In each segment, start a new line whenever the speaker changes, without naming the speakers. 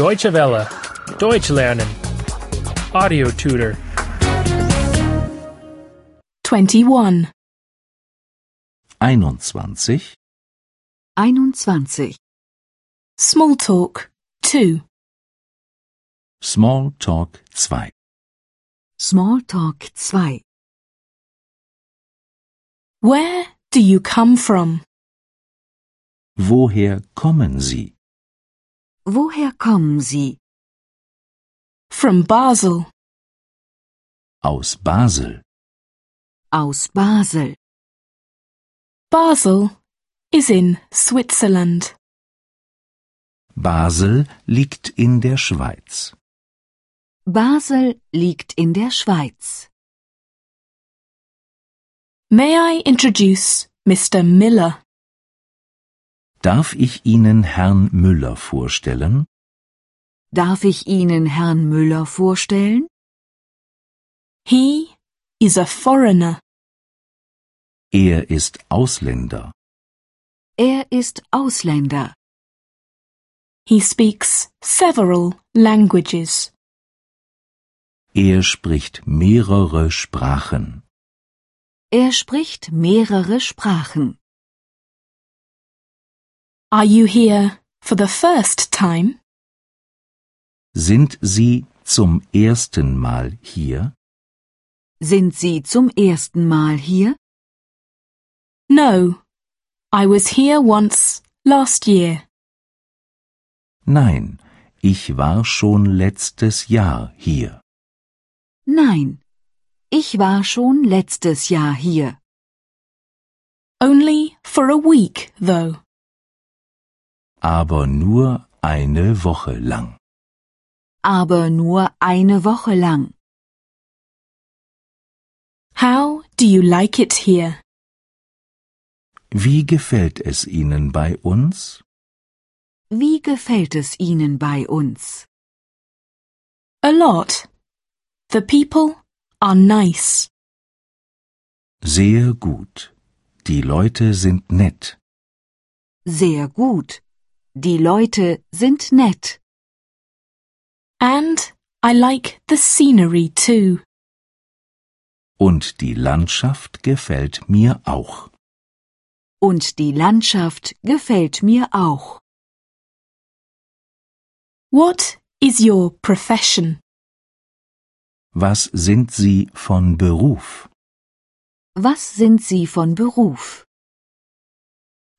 Deutsche Welle. Deutsch lernen. Audio tutor.
21.
21.
21.
Small talk. 2.
Small Talk 2.
Smalltalk 2.
Where do you come from?
Woher kommen Sie?
Woher kommen Sie?
From Basel.
Aus Basel.
Aus Basel.
Basel is in Switzerland.
Basel liegt in der Schweiz.
Basel liegt in der Schweiz.
May I introduce Mr. Miller?
Darf ich Ihnen Herrn Müller vorstellen?
Darf ich Ihnen Herrn Müller vorstellen?
He is a foreigner.
Er ist Ausländer.
Er ist Ausländer.
He speaks several languages.
Er spricht mehrere Sprachen.
Er spricht mehrere Sprachen.
Are you here for the first time?
Sind Sie zum ersten Mal hier?
Sind Sie zum ersten Mal hier?
No. I was here once last year.
Nein, ich war schon letztes Jahr hier.
Nein. Ich war schon letztes Jahr hier.
Only for a week, though.
Aber nur eine Woche lang.
Aber nur eine Woche lang.
How do you like it here?
Wie gefällt es Ihnen bei uns?
Wie gefällt es Ihnen bei uns?
A lot. The people are nice.
Sehr gut. Die Leute sind nett.
Sehr gut. Die Leute sind nett.
And I like the scenery too.
Und die Landschaft gefällt mir auch.
Und die Landschaft gefällt mir auch.
What is your profession?
Was sind Sie von Beruf?
Was sind Sie von Beruf?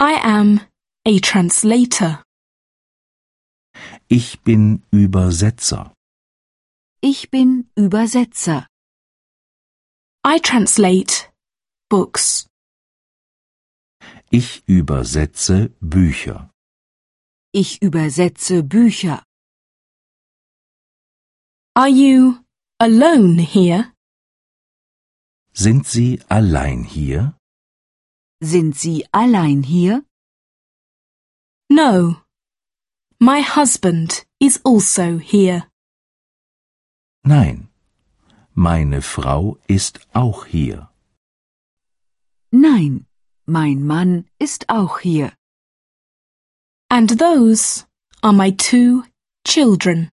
I am a translator.
Ich bin Übersetzer.
Ich bin Übersetzer.
I translate books.
Ich übersetze Bücher.
Ich übersetze Bücher.
Are you alone here?
Sind Sie allein hier?
Sind Sie allein hier?
No. My husband is also here.
Nein. Meine Frau ist auch hier.
Nein, mein Mann ist auch hier.
And those are my two children.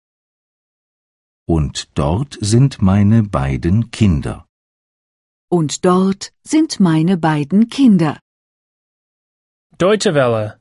Und dort sind meine beiden Kinder.
Und dort sind meine beiden Kinder.
Deutsche Welle.